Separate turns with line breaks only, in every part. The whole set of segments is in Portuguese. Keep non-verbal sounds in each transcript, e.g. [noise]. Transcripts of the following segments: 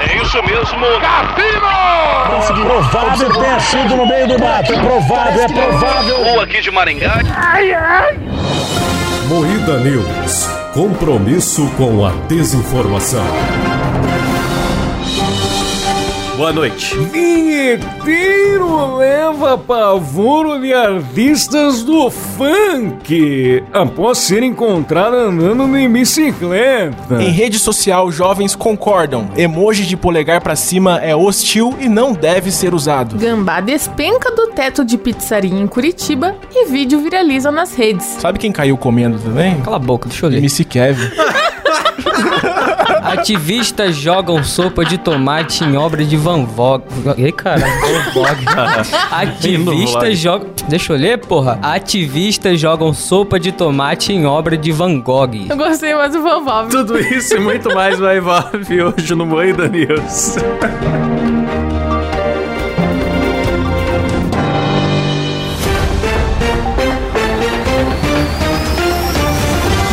É isso mesmo, Cassino!
Conseguiu. Provável ter sido no meio do mato. É provável, é provável.
Ou aqui de Maringá.
Moída News. Compromisso com a desinformação.
Boa noite.
Vinheteiro leva pavoro de artistas do funk após ser encontrado andando em bicicleta.
Em rede social, jovens concordam. Emoji de polegar pra cima é hostil e não deve ser usado.
Gambá despenca do teto de pizzaria em Curitiba e vídeo viraliza nas redes.
Sabe quem caiu comendo também?
Cala a boca, deixa
[laughs]
eu ler.
MC Kevin.
Ativistas jogam sopa de tomate em obra de Van Vogue. Ei, cara, Van Vogue. Ativistas jogam. Deixa eu ler, porra. Ativistas jogam sopa de tomate em obra de Van Gogh.
Eu gostei, mas o Vovó.
Tudo isso e muito mais vai vir hoje no Moída News.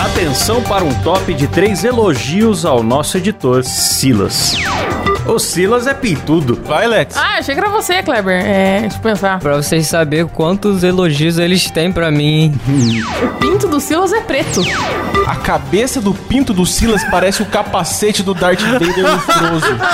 Atenção para um top de três elogios ao nosso editor, Silas. O Silas é pintudo.
Vai, Lex.
Ah, achei que era você, Kleber. É, deixa eu pensar.
Pra vocês saberem quantos elogios eles têm pra mim, hein?
O pinto do Silas é preto.
A cabeça do pinto do Silas parece o capacete do Darth Vader monstruoso.
[laughs]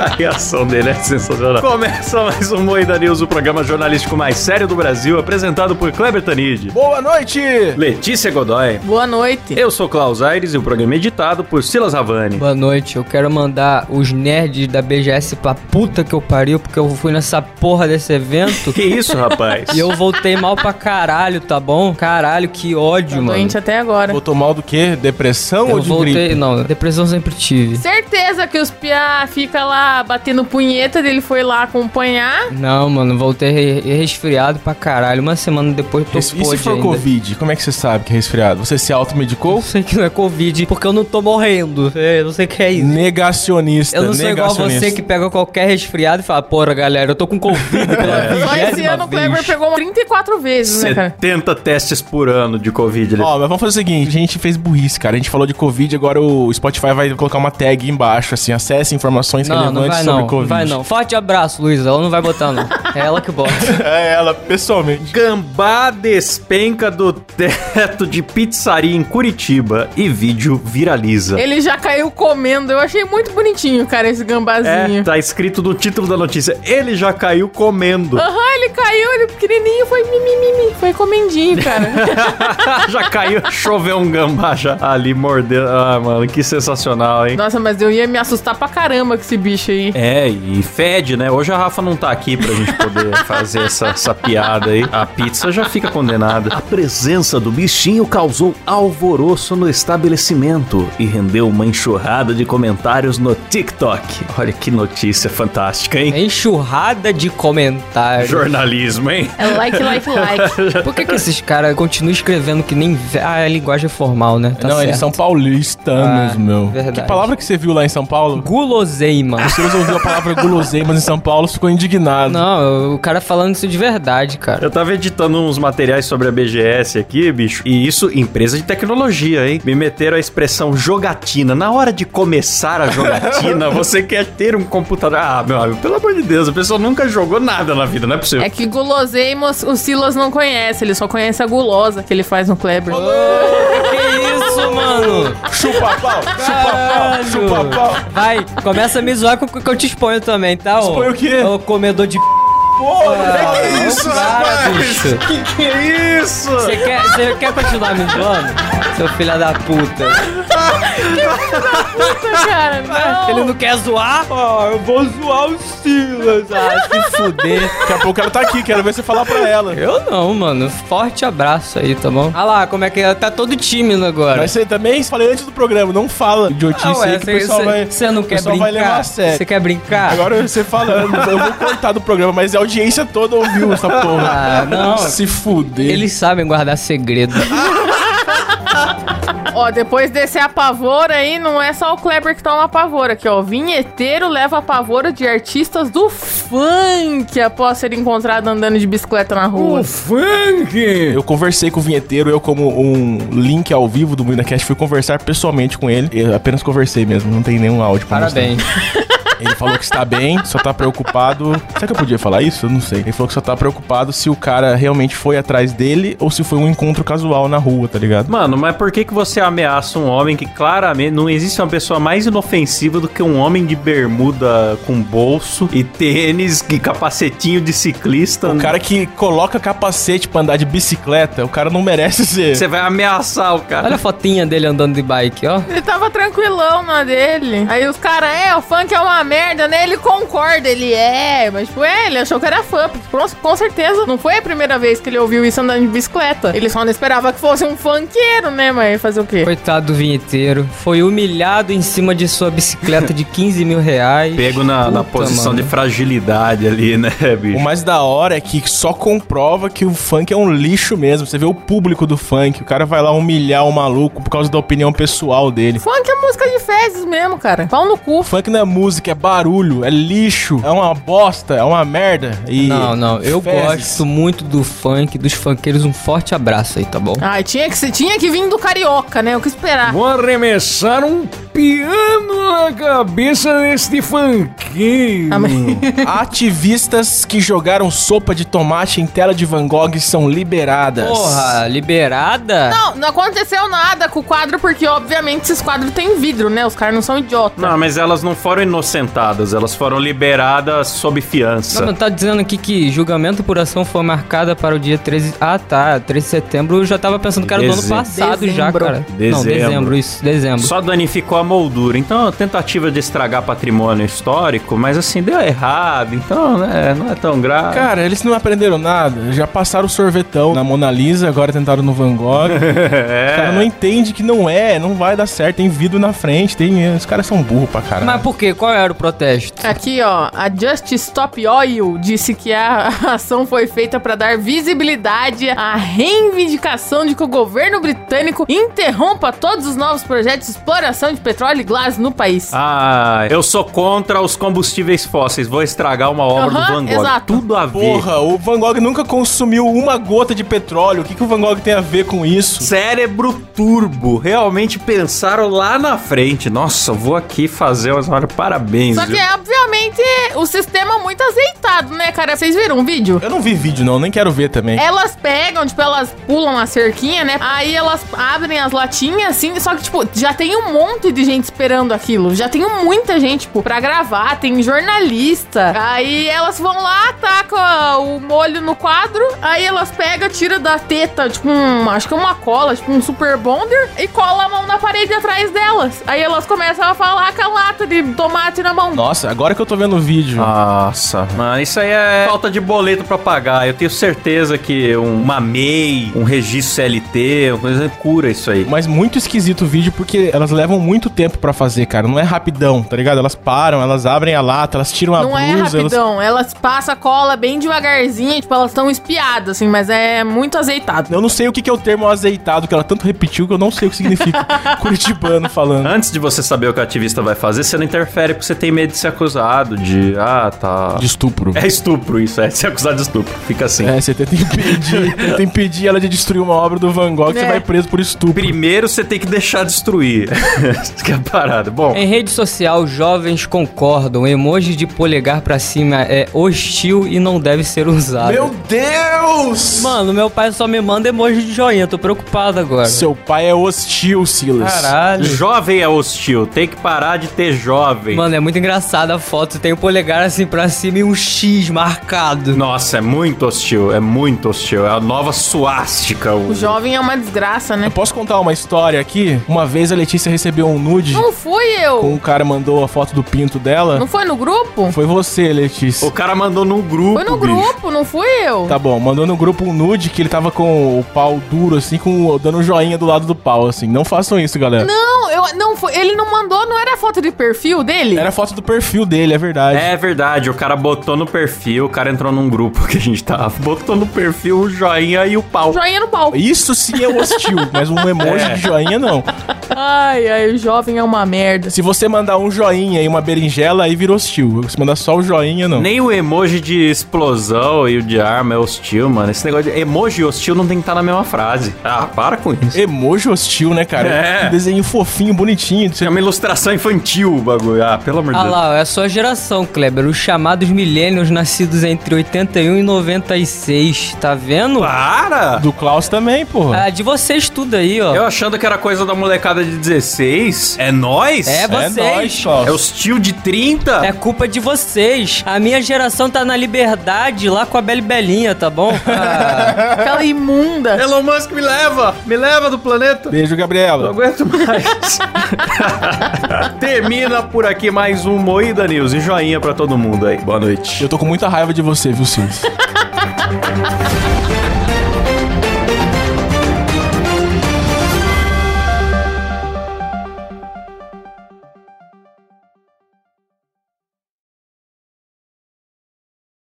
A reação dele é sensacional. Começa mais um Moída News, o programa jornalístico mais sério do Brasil, apresentado por Kleber Tanid,
Boa noite!
Letícia Godoy.
Boa noite.
Eu sou Klaus Aires e o programa é editado por Silas Havani.
Boa noite, eu quero mandar os nerds da BGS pra puta que eu pariu, porque eu fui nessa porra
[laughs]
desse evento
Que isso, rapaz?
[laughs] e eu voltei mal pra caralho, tá bom? Caralho, que ódio,
Tô
mano.
Tá doente até agora.
Voltou mal do quê? Depressão ou
Eu
de
voltei.
gripe?
Não, depressão sempre tive.
Certeza que os piá fica lá batendo punheta, ele foi lá acompanhar.
Não, mano, voltei re- resfriado pra caralho. Uma semana depois eu tô
E se
podre
for
ainda.
Covid, como é que você sabe que é resfriado? Você se automedicou?
Eu sei que não é Covid, porque eu não tô morrendo. É, Eu não sei o que é isso.
Negacionista.
Eu não sou igual
negacionista.
você que pega qualquer resfriado e fala, porra, galera, eu tô com Covid pela
É.
É
Só esse ano o Kleber
vez.
pegou 34 vezes, né, cara?
70 testes por ano de Covid. Letícia.
Ó, mas vamos fazer o seguinte, a gente fez burrice, cara. A gente falou de Covid, agora o Spotify vai colocar uma tag embaixo, assim, acesse informações
Não, não
relevantes
vai
sobre
não, não
Covid.
vai não. Forte abraço, Luísa, ela não vai botar não. É ela que bota.
[laughs] É ela, pessoalmente.
Gambá despenca do teto de pizzaria em Curitiba e vídeo viraliza.
Ele já caiu comendo. Eu achei muito bonitinho, cara, esse
É,
gambazinho.
tá escrito no título da notícia. Ele já caiu comendo. [laughs]
Aham, ele caiu, ele pequenininho, foi mimimimi, foi comendinho,
[laughs]
cara.
já caiu, choveu um gambá já ali mordendo. Ah, mano, que sensacional, hein?
Nossa, mas eu ia me assustar pra caramba com esse bicho aí.
É, e fede, né? Hoje a Rafa não tá aqui pra gente [laughs] poder fazer essa, essa piada aí. A pizza já fica condenada. A presença do bichinho causou alvoroço no estabelecimento e rendeu uma enxurrada de comentários no TikTok. É Olha que notícia fantástica, hein?
É Enxurrada de comentários.
Jornalismo, hein?
É like, like, like.
Por que, que esses caras continuam escrevendo que nem. ve- Ah, é linguagem formal, né? Tá
não, eles
certo.
são paulistanos,
Ah,
meu.
verdade.
Que palavra que você viu lá em São Paulo?
[laughs] Guloseima.
Se você ouviu a palavra guloseimas em São Paulo, ficou indignado.
Não, o cara falando isso de verdade, cara.
Eu tava editando uns materiais sobre a BGS aqui, bicho. E isso, empresa de tecnologia, hein? Me meteram a expressão jogatina. Na hora de começar a [laughs] jogatina, você quer ter um computador. Ah, meu amigo, pelo amor de Deus, a pessoa nunca jogou nada na vida, não é possível.
[laughs] É que guloseima o Silas não conhece, ele só conhece a gulosa que ele faz no Kleber.
Que isso, mano?
Chupa pau,
Caralho.
chupa pau, chupa pau.
Vai, começa a me zoar que eu- que eu te exponho também, tá? ô?
Expõe o quê? é
Ô comedor de p.
é
Porra,
Ah, não, para, bicho.
Que que é isso?
Você quer, você quer continuar me zoando? Seu filho da puta.
Cara, não.
Ele não quer zoar? Ah, eu vou zoar o Silas. Ah, se fuder.
Daqui a pouco ela tá aqui, quero ver você falar pra ela.
Eu não, mano. Forte abraço aí, tá bom? Ah lá, como é que é? Tá todo tímido agora.
Mas você também falei antes do programa, não fala idiotice
Ah, ué,
aí que o pessoal vai.
Você não
o
quer
pessoal vai levar
brincar?
a sério.
Você quer brincar?
Agora você falando, então eu vou cortar do programa, mas a audiência toda ouviu essa porra.
Ah, não.
Se fuder.
[laughs] Ah,
Eles sabem guardar segredo.
Ó, depois desse apavoro aí, não é só o Kleber que toma apavoro aqui, ó. Vinheteiro leva apavoro de artistas do funk após ser encontrado andando de bicicleta na rua.
O funk!
Eu conversei com o vinheteiro, eu como um link ao vivo do Minacast, fui conversar pessoalmente com ele. Eu apenas conversei mesmo, não tem nenhum áudio pra mostrar.
Parabéns.
Ele falou que está bem, só tá preocupado. Será que eu podia falar isso? Eu não sei. Ele falou que só tá preocupado se o cara realmente foi atrás dele ou se foi um encontro casual na rua, tá ligado?
Mano, mas por que, que você ameaça um homem que claramente não existe uma pessoa mais inofensiva do que um homem de bermuda com bolso e tênis e capacetinho de ciclista?
O cara que coloca capacete pra andar de bicicleta, o cara não merece ser.
Você vai ameaçar o cara.
Olha a fotinha dele andando de bike, ó.
Ele tava tranquilão na dele. Aí os caras, é, o funk é uma merda, né? Ele concorda, ele é. Mas, tipo, é, ele achou que era fã. porque, com- Com certeza, não foi a primeira vez que ele ouviu isso andando de bicicleta. Ele só não esperava que fosse um funkeiro, né? Mas fazer o quê?
Coitado do vinheteiro. Foi humilhado em cima de sua bicicleta
[laughs]
de 15 mil reais.
Pego na, na
Puta,
posição
mano.
de fragilidade ali, né, bicho?
O mais da hora é que só comprova que o funk é um lixo mesmo. Você vê o público do funk, o cara vai lá humilhar o maluco por causa da opinião pessoal dele.
Funk é música de fezes mesmo, cara. Pau no cu.
Funk não é música, é barulho, é lixo, é uma bosta, é uma merda. E
Não, não. Eu
fezes. [laughs]
gosto muito do funk, dos funkeiros. Um forte abraço aí, tá bom?
Ai, tinha que, se- tinha que vir do carioca, né? O que esperar?
Vou arremessar um piano na cabeça deste funkinho.
Ah, mas-
Ativistas que jogaram sopa de tomate em tela de Van Gogh são liberadas.
Porra, liberada?
Não, não aconteceu nada com o quadro, porque obviamente esses quadros têm vidro, né? Os caras não são idiotas.
Não, mas elas não foram inocentadas, elas foram liberadas sob
Não,
fiança.
mas tá dizendo aqui que julgamento por ação foi marcada para o dia 13. Ah, tá. 13 de setembro. Eu já tava pensando que era do
Dezembro.
ano passado já,
Dezembro.
cara. Não,
Dezembro.
dezembro, isso. Dezembro.
Só danificou a moldura. Então, a tentativa de estragar patrimônio histórico, mas assim, deu errado. Então, né, não é tão grave.
Cara, eles não aprenderam nada. Já passaram o sorvetão na Mona Lisa, agora tentaram no Van Gogh. O cara não entende que não é, não vai dar certo. Tem vidro na frente, tem. Os caras são burros pra caralho.
Mas por quê? Qual era o protesto?
Aqui, ó, a Just Stop Oil disse que a [laughs] ação foi feita para dar visibilidade à reivindicação de que o governo britânico interrompa todos os novos projetos de exploração de petróleo e gás no país.
Ah, eu sou contra os combustíveis fósseis. Vou estragar uma obra
Aham,
do Van Gogh.
exato.
Tudo a ver.
Porra, o Van Gogh nunca consumiu uma gota de petróleo. O que, que o Van Gogh tem a ver com isso?
Cérebro turbo. Realmente pensaram lá na frente. Nossa, vou aqui fazer umas horas. Parabéns.
Só que, é,
viu?
obviamente, o sistema é muito azeitado, né, cara? Vocês viram o vídeo?
Eu não vi vídeo, não, nem quero ver também.
Elas pegam, tipo, elas pulam a cerquinha, né? Aí elas abrem as latinhas, assim, só que, tipo, já tem um monte de gente esperando aquilo. Já tem muita gente, tipo, pra gravar, tem jornalista. Aí elas vão lá, tacam o molho no quadro, aí elas pegam, tiram da teta, tipo, um, acho que é uma cola, tipo, um super bonder, e colam a mão na parede atrás delas. Aí elas começam a falar com a lata de tomate na mão.
Nossa, agora que eu tô vendo o vídeo.
Nossa, mano, isso aí é falta de boleto pra pagar. Eu tenho certeza que um- uma MEI, um registro CLT, uma coisa cura isso aí.
Mas muito esquisito o vídeo porque elas levam muito tempo pra fazer, cara. Não é rapidão, tá ligado? Elas param, elas abrem a lata, elas tiram a
Não
blusa.
é
elas-
rapidão, elas passam a cola bem devagarzinho, tipo, elas estão espiadas, assim, mas é muito azeitado.
Eu não sei o que que é o termo azeitado que ela tanto repetiu que eu não sei o que
[laughs]
significa. Curitibano falando.
Antes de você saber o que o ativista vai fazer, você não interfere porque você tem medo de ser acusado de. Ah, tá.
De estupro.
É estupro isso, é ser acusado de estupro. Fica assim.
É, você tenta impedir, tenta impedir ela de destruir uma obra do Van Gogh, você
É.
vai preso por estupro.
Primeiro você tem que deixar destruir. [laughs] Isso que é a parada. Bom,
Em rede social, jovens concordam. Emoji de polegar pra cima é hostil e não deve ser usado.
Meu Deus!
Mano, meu pai só me manda emoji de joinha. Tô preocupado agora.
Seu pai é hostil, Silas.
Caralho.
jovem é hostil, tem que parar de ter jovem.
Mano, é muito engraçada a foto. Tem o polegar assim pra cima e um X marcado.
Nossa, é muito hostil, é muito hostil. É a nova suástica.
O jovem é uma desgraça, né?
Eu posso contar uma história aqui? Uma vez a Letícia recebeu um nude,
Não fui
com
eu.
um cara mandou a foto do pinto dela.
Não foi no grupo?
Foi você, Letícia.
O cara mandou num grupo.
Foi no
bicho.
grupo, não fui eu.
Tá bom, mandou no grupo um nude que ele tava com o pau duro, assim, com dando um joinha do lado do pau, assim. Não façam isso, galera.
Não, eu não foi. Ele não mandou, não era a foto de perfil dele?
Era foto do perfil dele, é verdade.
É verdade, o cara botou no perfil, o cara entrou num grupo [laughs] que a gente tava, botou no perfil o joinha e o pau.
Joinha no pau.
Isso sim é
[laughs]
hostil, mas um emoji
É.
de joinha não.
Ai, ai, o jovem é uma merda.
Se você mandar um joinha e uma berinjela, aí virou hostil. Se mandar só o joinha, não.
Nem o emoji de explosão e o de arma é hostil, mano. Esse negócio de emoji e hostil não tem que estar na mesma frase. Ah, para com isso.
Emoji hostil, né, cara?
É.
Um desenho fofinho, bonitinho.
É uma ilustração infantil o bagulho. Ah, pelo amor de
Ah
Deus.
lá, é a sua geração, Kleber. Os chamados millennials nascidos entre 81 e 96. Tá vendo?
Ah.
Para!
Do Klaus também, porra.
Ah, de vocês tudo aí, ó.
Eu achando que era coisa da molecada de 16. É nós?
É vocês.
É nóis, Klaus.
É hostil de 30?
É culpa de vocês. A minha geração tá na liberdade lá com a Beli Belinha, tá bom? [laughs] Ah,
Aquela imunda.
Elon Musk me leva! Me leva do planeta!
Beijo,
Não
Gabriela.
aguento mais. [laughs] Termina por aqui mais um Moída News e joinha pra todo mundo aí. Boa noite.
Eu tô com muita raiva de você, viu, Silvio?